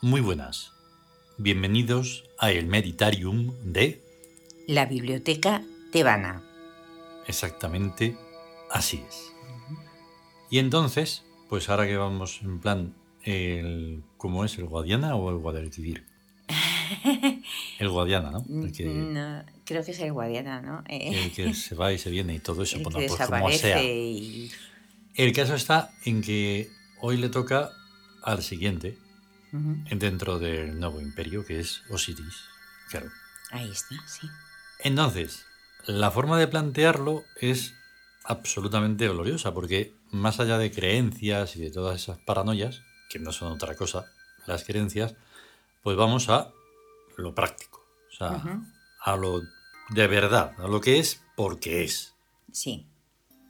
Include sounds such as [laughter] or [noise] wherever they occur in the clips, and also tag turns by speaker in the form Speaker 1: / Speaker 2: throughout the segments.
Speaker 1: personas. Bienvenidos a el Meditarium de...
Speaker 2: La biblioteca tebana.
Speaker 1: Exactamente así es. Y entonces, pues ahora que vamos en plan, el, ¿cómo es? ¿El Guadiana o el
Speaker 2: [laughs]
Speaker 1: Guadalquivir? El Guadiana, ¿no? El que,
Speaker 2: No, creo que es el Guadiana, ¿no? Eh,
Speaker 1: el que se va y se viene y todo eso,
Speaker 2: el
Speaker 1: bueno,
Speaker 2: que
Speaker 1: pues como sea.
Speaker 2: desaparece y...
Speaker 1: El caso está en que hoy le toca al siguiente
Speaker 2: Ujú,
Speaker 1: dentro del nuevo imperio, que es Osiris. Claro.
Speaker 2: Ahí está, sí.
Speaker 1: Entonces, la forma de plantearlo es absolutamente gloriosa, porque más allá de creencias y de todas esas paranoias, que no son otra cosa, las creencias, pues vamos a lo práctico, o sea,
Speaker 2: Ujú.
Speaker 1: a lo de verdad, a lo que es porque es.
Speaker 2: Sí.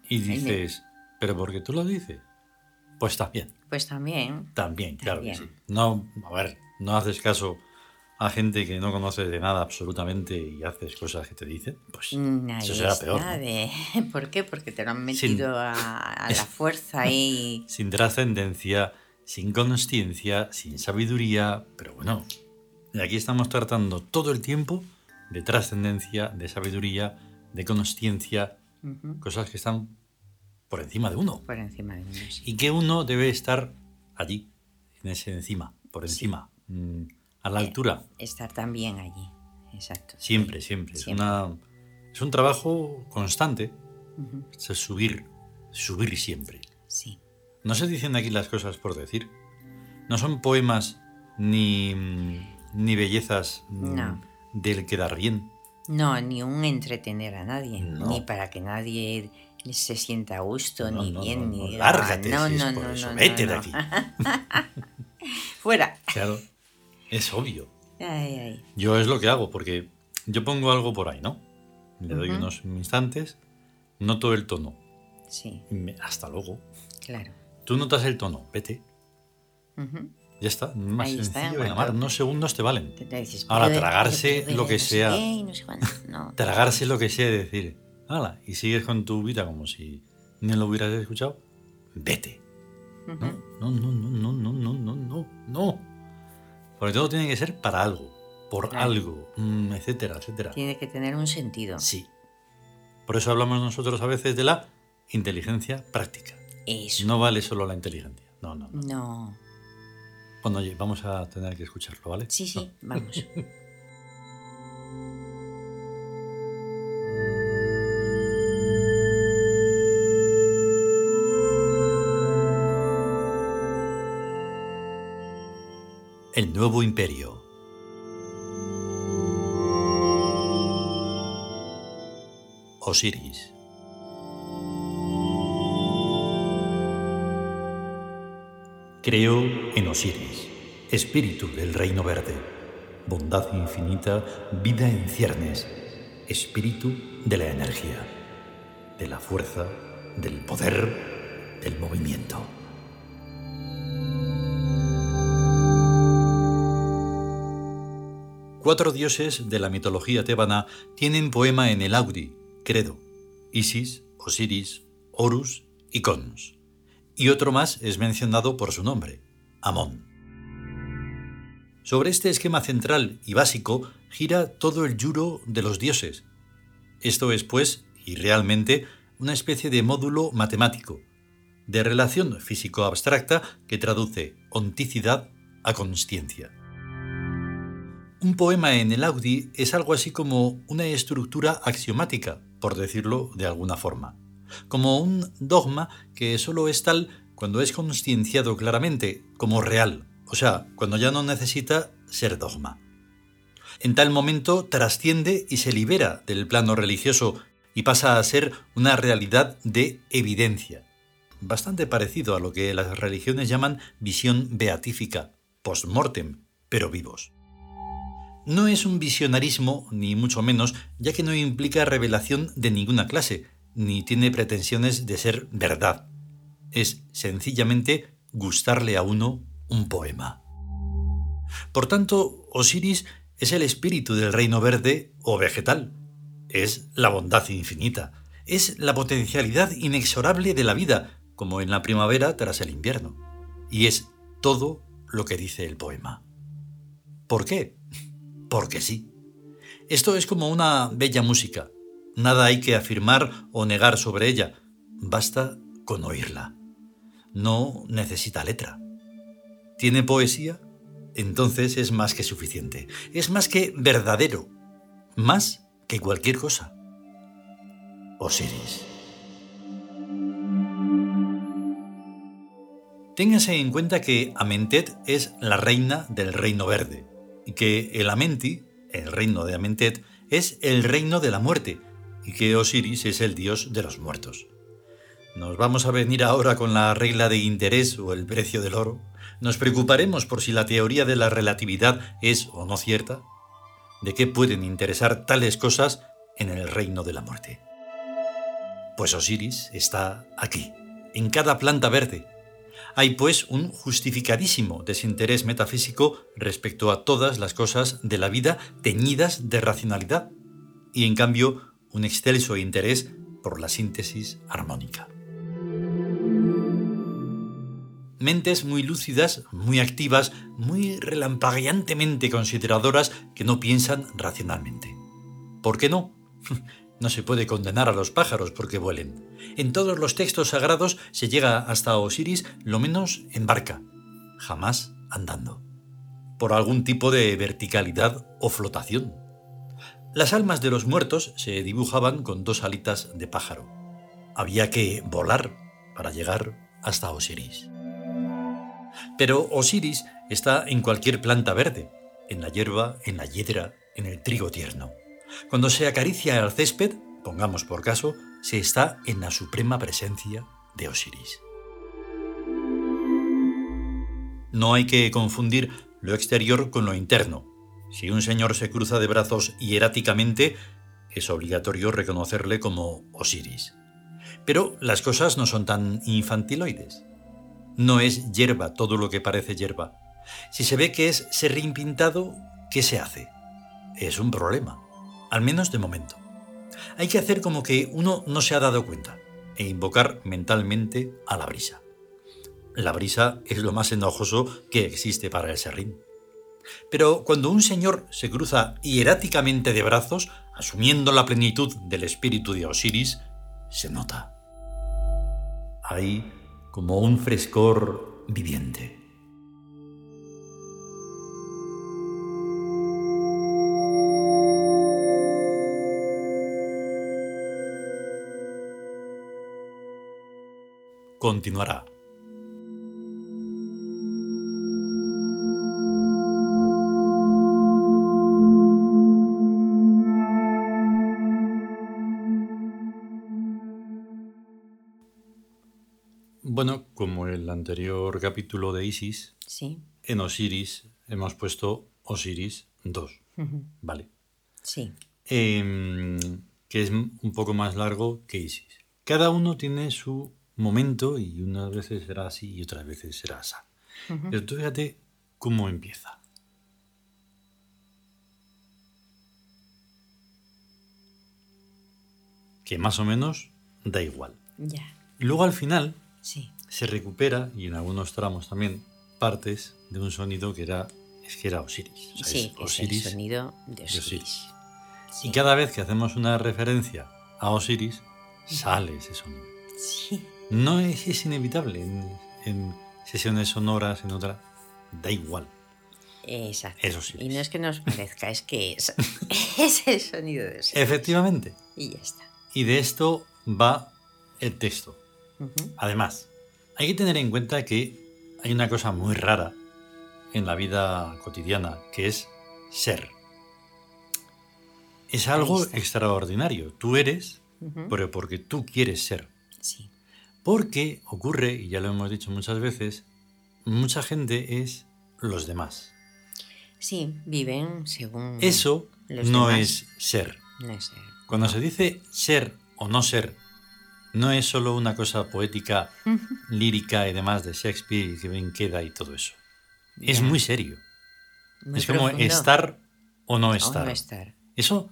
Speaker 1: Y dices, pero porque tú lo dices, pues también.
Speaker 2: Pues también.
Speaker 1: También, claro que sí.
Speaker 2: También.
Speaker 1: No, a ver, no haces caso a gente que no conoce de nada absolutamente y haces cosas que te dicen, pues
Speaker 2: mm, ahí
Speaker 1: eso será
Speaker 2: está
Speaker 1: peor. ¿no?
Speaker 2: de- [laughs] ¿Por qué? Porque te lo han
Speaker 1: Sin-
Speaker 2: metido a, a
Speaker 1: [laughs]
Speaker 2: la fuerza y...
Speaker 1: Sin trascendencia, sin consciencia, sin sabiduría, pero bueno, y aquí estamos tratando todo el tiempo de trascendencia, de sabiduría, de consciencia,
Speaker 2: Ujú,
Speaker 1: cosas que están por encima de uno
Speaker 2: Por encima de uno, sí.
Speaker 1: y que uno debe estar allí, en ese encima, por encima, mm, a la
Speaker 2: Eh,
Speaker 1: altura.
Speaker 2: Estar también allí. Exacto.
Speaker 1: Siempre, siempre. Es,
Speaker 2: Siempre.
Speaker 1: una- es un trabajo constante,
Speaker 2: Ujú,
Speaker 1: es el subir, subir siempre.
Speaker 2: Sí.
Speaker 1: No se dicen aquí las cosas por decir. No son poemas ni, mm, ni bellezas mm,
Speaker 2: No.
Speaker 1: del quedar bien.
Speaker 2: No, ni un entretener a nadie,
Speaker 1: No.
Speaker 2: ni para que nadie se sienta a gusto,
Speaker 1: No,
Speaker 2: ni
Speaker 1: no,
Speaker 2: bien,
Speaker 1: no,
Speaker 2: ni
Speaker 1: no,
Speaker 2: diga,
Speaker 1: lárgate, si es por eso, vete de aquí.
Speaker 2: [laughs] Fuera.
Speaker 1: Claro, es obvio.
Speaker 2: Ay, ay.
Speaker 1: Yo es lo que hago, porque yo pongo algo por ahí, ¿no? Le doy
Speaker 2: Ujú.
Speaker 1: unos instantes, noto el tono.
Speaker 2: Sí,
Speaker 1: y me- hasta luego.
Speaker 2: claro.
Speaker 1: Tú notas el tono, vete.
Speaker 2: Ujú.
Speaker 1: Ya está, más
Speaker 2: Ahí está,
Speaker 1: sencillo de
Speaker 2: cuando-
Speaker 1: amar. Unos segundos te valen.
Speaker 2: Te- te dices,
Speaker 1: Ahora,
Speaker 2: pero-
Speaker 1: tragarse
Speaker 2: pero-
Speaker 1: lo que
Speaker 2: no sé
Speaker 1: sea.
Speaker 2: qué y no sé cuándo.
Speaker 1: [laughs]
Speaker 2: No,
Speaker 1: tragarse lo que sea y decir, hala, y sigues con tu vida como si ni lo hubieras escuchado, vete.
Speaker 2: Ujú.
Speaker 1: No, no, no, no, no, no, no, no, no, no. Porque todo tiene que ser para algo, por
Speaker 2: Claro.
Speaker 1: algo, mm, etcétera, etcétera.
Speaker 2: Tiene que tener un sentido.
Speaker 1: Sí. Por eso hablamos nosotros a veces de la inteligencia práctica.
Speaker 2: Eso.
Speaker 1: No vale solo la inteligencia. No,
Speaker 2: Mm.
Speaker 1: no, no.
Speaker 2: No.
Speaker 1: Bueno, oye, vamos a tener que escucharlo, ¿vale? [laughs]
Speaker 2: Sí, sí, vamos.
Speaker 1: El nuevo imperio. Osiris. Creo en Osiris, espíritu del reino verde, bondad infinita, vida en ciernes, espíritu de la energía, de la fuerza, del poder, del movimiento. Cuatro dioses de la mitología tebana tienen poema en el Audi, Credo, Isis, Osiris, Horus y Cons. Y otro más es mencionado por su nombre, Amón. Sobre este esquema central y básico gira todo el yuro de los dioses. Esto es, pues, y realmente, una especie de módulo matemático, de relación físico-abstracta que traduce onticidad a consciencia. Un poema en el Audi es algo así como una estructura axiomática, por decirlo de alguna forma, como un dogma que solo es tal cuando es conscienciado claramente, como real, o sea, cuando ya no necesita ser dogma. En tal momento trasciende y se libera del plano religioso y pasa a ser una realidad de evidencia, bastante parecido a lo que las religiones llaman visión beatífica, post-mortem, pero vivos. No es un visionarismo, ni mucho menos, ya que no implica revelación de ninguna clase, ni tiene pretensiones de ser verdad. Es sencillamente gustarle a uno un poema. Por tanto, Osiris es el espíritu del reino verde o vegetal. Es la bondad infinita. Es la potencialidad inexorable de la vida, como en la primavera tras el invierno. Y es todo lo que dice el poema. ¿Por qué? Porque sí. Esto es como una bella música. Nada hay que afirmar o negar sobre ella. Basta con oírla. No necesita letra. ¿Tiene poesía? Entonces es más que suficiente. Es más que verdadero. Más que cualquier cosa. Osiris. Téngase en cuenta que Amentet es la reina del Reino Verde y que el Amenti, el reino de Amentet, es el reino de la muerte y que Osiris es el dios de los muertos. ¿Nos vamos a venir ahora con la regla de interés o el precio del oro? ¿Nos preocuparemos por si la teoría de la relatividad es o no cierta? ¿De qué pueden interesar tales cosas en el reino de la muerte? Pues Osiris está aquí, en cada planta verde, hay pues un justificadísimo desinterés metafísico respecto a todas las cosas de la vida teñidas de racionalidad, y en cambio un excelso interés por la síntesis armónica. Mentes muy lúcidas, muy activas, muy relampagueantemente consideradoras que no piensan racionalmente. ¿Por qué no? No se puede condenar a los pájaros porque vuelen. En todos los textos sagrados se llega hasta Osiris lo menos en barca, jamás andando, por algún tipo de verticalidad o flotación. Las almas de los muertos se dibujaban con dos alitas de pájaro. Había que volar para llegar hasta Osiris. Pero Osiris está en cualquier planta verde, en la hierba, en la hiedra, en el trigo tierno. Cuando se acaricia el césped, pongamos por caso, se está en la suprema presencia de Osiris. No hay que confundir lo exterior con lo interno. Si un señor se cruza de brazos hieráticamente, es obligatorio reconocerle como Osiris. Pero las cosas no son tan infantiloides. No es hierba todo lo que parece hierba. Si se ve que es serrín pintado, ¿qué se hace? Es un problema al menos de momento. Hay que hacer como que uno no se ha dado cuenta e invocar mentalmente a la brisa. La brisa es lo más enojoso que existe para el serrín. Pero cuando un señor se cruza hieráticamente de brazos, asumiendo la plenitud del espíritu de Osiris, se nota. Hay como un frescor viviente. continuará. Bueno, como el anterior capítulo de Isis,
Speaker 2: Sí.
Speaker 1: en Osiris hemos puesto Osiris 2,
Speaker 2: Ujú.
Speaker 1: ¿vale?
Speaker 2: Sí.
Speaker 1: Em, que es un poco más largo que Isis. Cada uno tiene su momento y unas veces será así y otras veces será así.
Speaker 2: Ujú.
Speaker 1: Pero tú fíjate cómo empieza. Que más o menos da igual.
Speaker 2: Ya.
Speaker 1: Y luego al final
Speaker 2: Sí.
Speaker 1: se recupera, y en algunos tramos también, partes de un sonido que era, es que era Osiris. O sea,
Speaker 2: Sí,
Speaker 1: es
Speaker 2: es
Speaker 1: Osiris.
Speaker 2: el sonido de Osiris.
Speaker 1: Osiris.
Speaker 2: Sí.
Speaker 1: Y cada vez que hacemos una referencia a Osiris, sale ese sonido.
Speaker 2: Sí.
Speaker 1: No es, es inevitable en, en sesiones sonoras, en otras, da igual.
Speaker 2: Exacto.
Speaker 1: Es Osiris.
Speaker 2: Y no es que nos parezca, es que es, [laughs] es el sonido de
Speaker 1: Eh.
Speaker 2: Osiris.
Speaker 1: Efectivamente.
Speaker 2: Y ya está.
Speaker 1: Y de esto va el texto.
Speaker 2: Ujú.
Speaker 1: Además, hay que tener en cuenta que hay una cosa muy rara en la vida cotidiana, que es ser. Es algo
Speaker 2: está.
Speaker 1: extraordinario. Tú eres,
Speaker 2: Ujú.
Speaker 1: pero porque tú quieres ser.
Speaker 2: Sí.
Speaker 1: Porque ocurre, y ya lo hemos dicho muchas veces, mucha gente es los demás.
Speaker 2: Sí, viven según.
Speaker 1: Eso
Speaker 2: Mm. Los
Speaker 1: no
Speaker 2: demás.
Speaker 1: es ser.
Speaker 2: No sé.
Speaker 1: Cuando se dice ser o no ser, no es solo una cosa poética, lírica y demás de Shakespeare y que bien queda y todo eso. Es
Speaker 2: Ya.
Speaker 1: muy serio.
Speaker 2: Muy
Speaker 1: es como
Speaker 2: profundo.
Speaker 1: estar o no
Speaker 2: O
Speaker 1: estar.
Speaker 2: no estar.
Speaker 1: Eso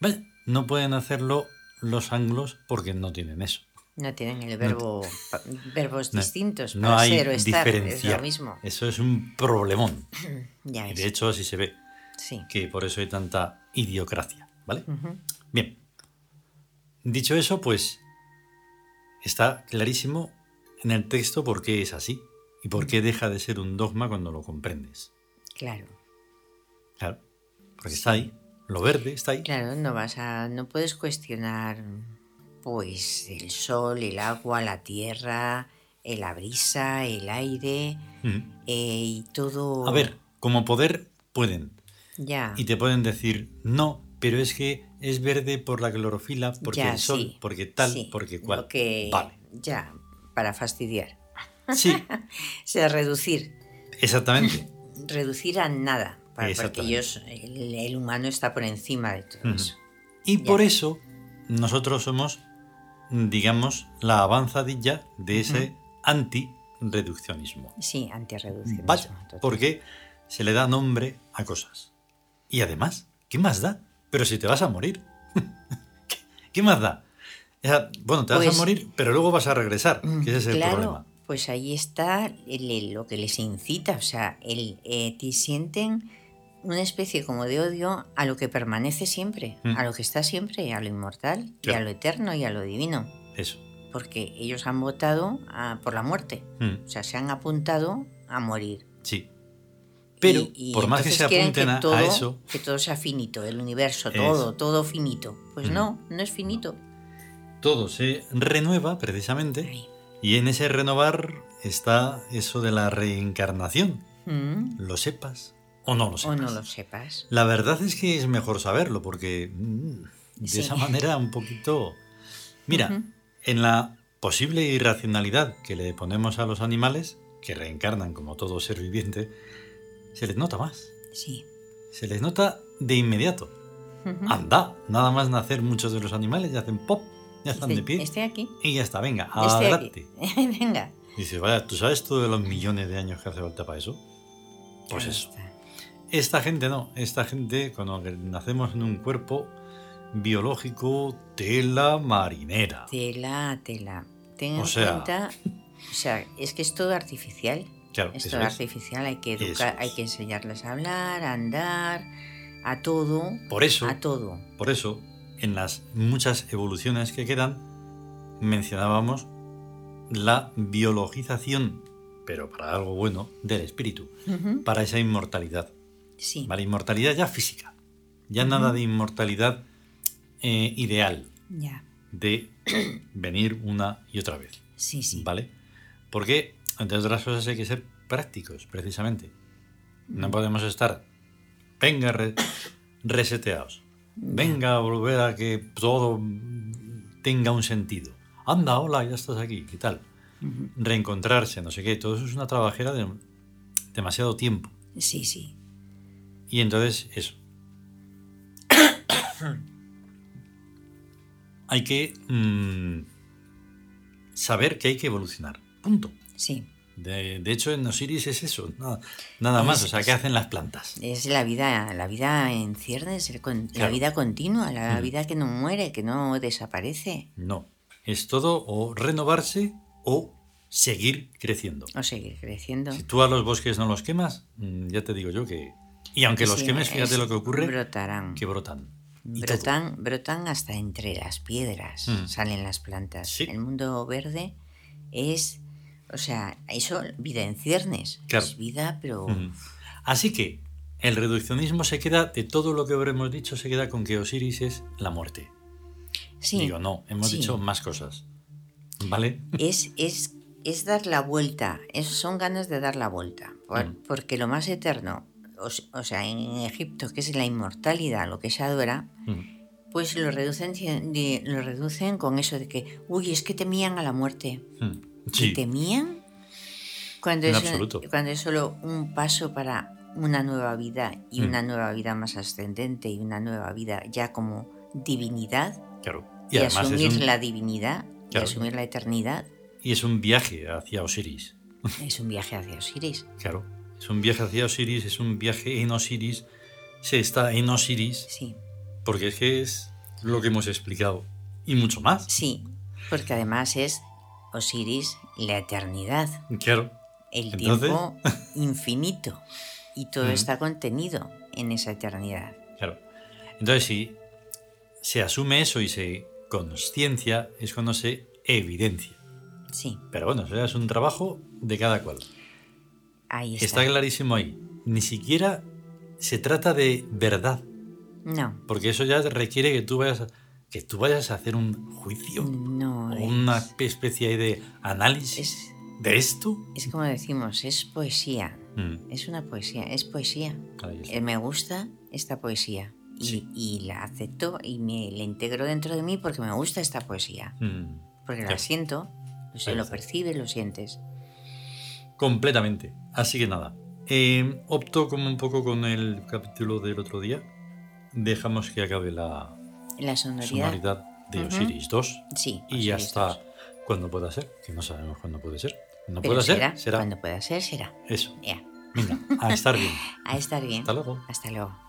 Speaker 1: vale, no pueden hacerlo los anglos porque no tienen eso.
Speaker 2: No tienen el verbo, pa- verbos
Speaker 1: No-
Speaker 2: distintos
Speaker 1: no
Speaker 2: Pues para
Speaker 1: hay
Speaker 2: ser o estar, es
Speaker 1: diferenciar.
Speaker 2: lo mismo.
Speaker 1: Eso es un problemón.
Speaker 2: Ya
Speaker 1: Y
Speaker 2: ves.
Speaker 1: de hecho así se ve.
Speaker 2: Sí.
Speaker 1: que por eso hay tanta idiocracia, ¿vale?
Speaker 2: Ujú.
Speaker 1: Bien. Dicho eso, pues está clarísimo en el texto por qué es así y por qué deja de ser un dogma cuando lo comprendes.
Speaker 2: Claro.
Speaker 1: Claro, porque está ahí, lo verde está ahí.
Speaker 2: Claro, no vas a. no puedes cuestionar pues el sol, el agua, la tierra, eh, la brisa, el aire
Speaker 1: Ujú.
Speaker 2: eh, y todo.
Speaker 1: A ver, como poder pueden
Speaker 2: Ya.
Speaker 1: y te pueden decir no, pero es que es verde por la clorofila, porque
Speaker 2: ya,
Speaker 1: el sol,
Speaker 2: sí,
Speaker 1: porque tal,
Speaker 2: sí,
Speaker 1: porque cual.
Speaker 2: lo que-
Speaker 1: Vale.
Speaker 2: Ya, para fastidiar. [laughs]
Speaker 1: Sí,
Speaker 2: O sea, reducir.
Speaker 1: exactamente.
Speaker 2: Reducir a nada. Para, porque
Speaker 1: Exactamente.
Speaker 2: ellos, el, el humano está por encima de todo
Speaker 1: Ujú.
Speaker 2: eso.
Speaker 1: Y
Speaker 2: Ya.
Speaker 1: por eso nosotros somos, digamos, la avanzadilla de ese anti-reduccionismo.
Speaker 2: Sí, antirreduccionismo.
Speaker 1: Vaya, pues,
Speaker 2: total.
Speaker 1: porque se le da nombre a cosas. Y además, ¿qué más da? Pero si te vas a morir. [laughs] ¿Qué- ¿Qué más da? O sea, bueno, te vas
Speaker 2: Pues- Mm,
Speaker 1: a morir, pero luego vas a regresar, que ese es el
Speaker 2: claro,
Speaker 1: problema.
Speaker 2: pues ahí está el- el- lo que les incita, o sea, el, eh, te sienten una especie como de odio a lo que permanece siempre,
Speaker 1: Mm.
Speaker 2: a lo que está siempre, a lo inmortal y a
Speaker 1: Claro.
Speaker 2: lo eterno y a lo divino,
Speaker 1: Eso.
Speaker 2: porque ellos han votado a- por la muerte,
Speaker 1: Mm,
Speaker 2: o sea, se han apuntado a morir.
Speaker 1: sí. Pero,
Speaker 2: Y- y
Speaker 1: por más que se
Speaker 2: entonces quieren
Speaker 1: apunten a-
Speaker 2: todo,
Speaker 1: a eso,
Speaker 2: que todo sea finito, el universo,
Speaker 1: Eso.
Speaker 2: todo, todo finito. Pues
Speaker 1: Mm.
Speaker 2: no, no es finito.
Speaker 1: todo se renueva precisamente.
Speaker 2: Ay.
Speaker 1: Y en ese renovar está eso de la reencarnación.
Speaker 2: Mm.
Speaker 1: Lo sepas o no lo
Speaker 2: O
Speaker 1: sepas.
Speaker 2: no lo sepas.
Speaker 1: La verdad es que es mejor saberlo porque mm, de
Speaker 2: Sí.
Speaker 1: esa manera un poquito... Mira,
Speaker 2: Ujú.
Speaker 1: en la posible irracionalidad que le ponemos a los animales, que reencarnan como todo ser viviente, se les nota más.
Speaker 2: Sí.
Speaker 1: Se les nota de inmediato.
Speaker 2: Ujú.
Speaker 1: Anda, nada más nacer muchos de los animales ya hacen pop, ya están de
Speaker 2: Dice,
Speaker 1: pie
Speaker 2: Estoy aquí.
Speaker 1: y ya está, venga,
Speaker 2: Estoy aquí.
Speaker 1: adelante.
Speaker 2: [laughs] Venga.
Speaker 1: Dice, vaya, ¿tú sabes todo de los millones de años que hace falta para eso? Pues
Speaker 2: Ahí
Speaker 1: eso.
Speaker 2: está.
Speaker 1: Esta gente no, esta gente cuando que nacemos en un cuerpo biológico tela marinera.
Speaker 2: Tela, tela. Ten
Speaker 1: O
Speaker 2: en
Speaker 1: sea-
Speaker 2: cuenta. O sea, es que es todo artificial.
Speaker 1: Claro,
Speaker 2: Es
Speaker 1: eso
Speaker 2: todo
Speaker 1: es.
Speaker 2: artificial. Hay que
Speaker 1: Eso
Speaker 2: educar,
Speaker 1: es.
Speaker 2: hay que enseñarles a hablar, a andar, a todo.
Speaker 1: Por eso,
Speaker 2: A todo.
Speaker 1: por eso, en las muchas evoluciones que quedan, mencionábamos la biologización, pero para algo bueno, del espíritu,
Speaker 2: Ujú.
Speaker 1: para esa inmortalidad.
Speaker 2: Sí.
Speaker 1: Vale, inmortalidad ya física. Ya nada de inmortalidad eh, ideal,
Speaker 2: Ya.
Speaker 1: de venir una y otra vez.
Speaker 2: Sí, sí.
Speaker 1: ¿Vale? Porque, entre otras cosas, hay que ser prácticos, precisamente. No podemos estar, venga, re- reseteados. Venga, volver a que todo tenga un sentido. Anda, hola, ya estás aquí, ¿qué tal?
Speaker 2: Ujú.
Speaker 1: Reencontrarse, no sé qué. Todo eso es una trabajera de demasiado tiempo.
Speaker 2: Sí, sí.
Speaker 1: Y entonces, eso. [coughs] hay que mm, saber que hay que evolucionar. Punto.
Speaker 2: Sí.
Speaker 1: De, de hecho, en Osiris es eso, nada, nada más. O sea, ¿qué hacen las plantas?
Speaker 2: Es la vida, la vida en ciernes, el con- la
Speaker 1: Claro. Mm.
Speaker 2: vida continua, la
Speaker 1: Ujú.
Speaker 2: vida que no muere, que no desaparece.
Speaker 1: No. Es todo o renovarse o seguir creciendo.
Speaker 2: O seguir creciendo.
Speaker 1: Si tú a los bosques no los quemas, mm, ya te digo yo que. Y aunque los
Speaker 2: Sí,
Speaker 1: quemes, fíjate
Speaker 2: es-
Speaker 1: lo que ocurre:
Speaker 2: Brotarán.
Speaker 1: que brotan. Y todo.
Speaker 2: Brotan, brotan hasta entre las piedras,
Speaker 1: Mm.
Speaker 2: salen las plantas.
Speaker 1: Sí.
Speaker 2: El mundo verde es, o sea, eso, vida en ciernes.
Speaker 1: Claro.
Speaker 2: Es vida, pero
Speaker 1: Mm. Así que el reduccionismo se queda, de todo lo que habremos dicho, se queda con que Osiris es la muerte.
Speaker 2: sí,
Speaker 1: Digo, no, hemos
Speaker 2: Sí.
Speaker 1: dicho más cosas. ¿Vale?
Speaker 2: es, es, es dar la vuelta, es- son ganas de dar la vuelta, por-
Speaker 1: Mm.
Speaker 2: porque lo más eterno, o, s- o sea, en Egipto, que es la inmortalidad, lo que se adora,
Speaker 1: Mm.
Speaker 2: pues lo reducen, cien- de- lo reducen con eso de que, uy, es que temían a la muerte.
Speaker 1: Mm.
Speaker 2: ¿Y
Speaker 1: Sí.
Speaker 2: temían? Cuando
Speaker 1: En
Speaker 2: es,
Speaker 1: absoluto.
Speaker 2: cuando es solo un paso para una nueva vida y
Speaker 1: Mm.
Speaker 2: una nueva vida más ascendente y una nueva vida ya como divinidad
Speaker 1: Claro.
Speaker 2: y,
Speaker 1: Y, además
Speaker 2: asumir
Speaker 1: es un,
Speaker 2: la divinidad y
Speaker 1: Claro.
Speaker 2: asumir la eternidad
Speaker 1: y es un viaje hacia Osiris.
Speaker 2: es un viaje hacia Osiris.
Speaker 1: Claro. Es un viaje hacia Osiris, es un viaje en Osiris. Se está en Osiris
Speaker 2: Sí,
Speaker 1: porque es que es lo que hemos explicado. Y mucho más.
Speaker 2: sí, porque además es Osiris la eternidad,
Speaker 1: Claro.
Speaker 2: el
Speaker 1: Entonces- [laughs]
Speaker 2: tiempo infinito y todo
Speaker 1: Mm.
Speaker 2: está contenido en esa eternidad.
Speaker 1: Claro. Entonces, si se asume eso y se consciencia, es cuando se evidencia.
Speaker 2: Sí,
Speaker 1: Pero bueno, eso ya es un trabajo de cada cual.
Speaker 2: ahí está.
Speaker 1: Está clarísimo ahí. Ni siquiera se trata de verdad,
Speaker 2: No,
Speaker 1: porque eso ya requiere que tú vayas a, que tú vayas a hacer un juicio,
Speaker 2: no.
Speaker 1: o
Speaker 2: es-
Speaker 1: una especie ahí de análisis
Speaker 2: es,
Speaker 1: de esto.
Speaker 2: es como decimos, es poesía.
Speaker 1: Mm,
Speaker 2: Es una poesía, es poesía.
Speaker 1: ahí está.
Speaker 2: Eh, Me gusta esta poesía. Y,
Speaker 1: Sí.
Speaker 2: y la acepto y me la integro dentro de mí porque me gusta esta poesía.
Speaker 1: Mm,
Speaker 2: Porque
Speaker 1: Ya.
Speaker 2: la siento, o sea,
Speaker 1: Ahí
Speaker 2: lo
Speaker 1: está.
Speaker 2: percibes, lo sientes.
Speaker 1: completamente. Así que nada, eh, opto como un poco con el capítulo del otro día. Dejamos que acabe la
Speaker 2: La sonoridad.
Speaker 1: sonoridad de
Speaker 2: Ujú.
Speaker 1: Osiris 2
Speaker 2: Sí.
Speaker 1: y
Speaker 2: así
Speaker 1: hasta
Speaker 2: estás.
Speaker 1: cuando pueda ser, que no sabemos cuándo puede ser. No
Speaker 2: Pero
Speaker 1: pueda
Speaker 2: será,
Speaker 1: ser, será
Speaker 2: Cuando pueda ser, será.
Speaker 1: eso.
Speaker 2: Ya.
Speaker 1: Venga, a estar bien.
Speaker 2: [laughs] A estar bien.
Speaker 1: Hasta luego.
Speaker 2: Hasta luego.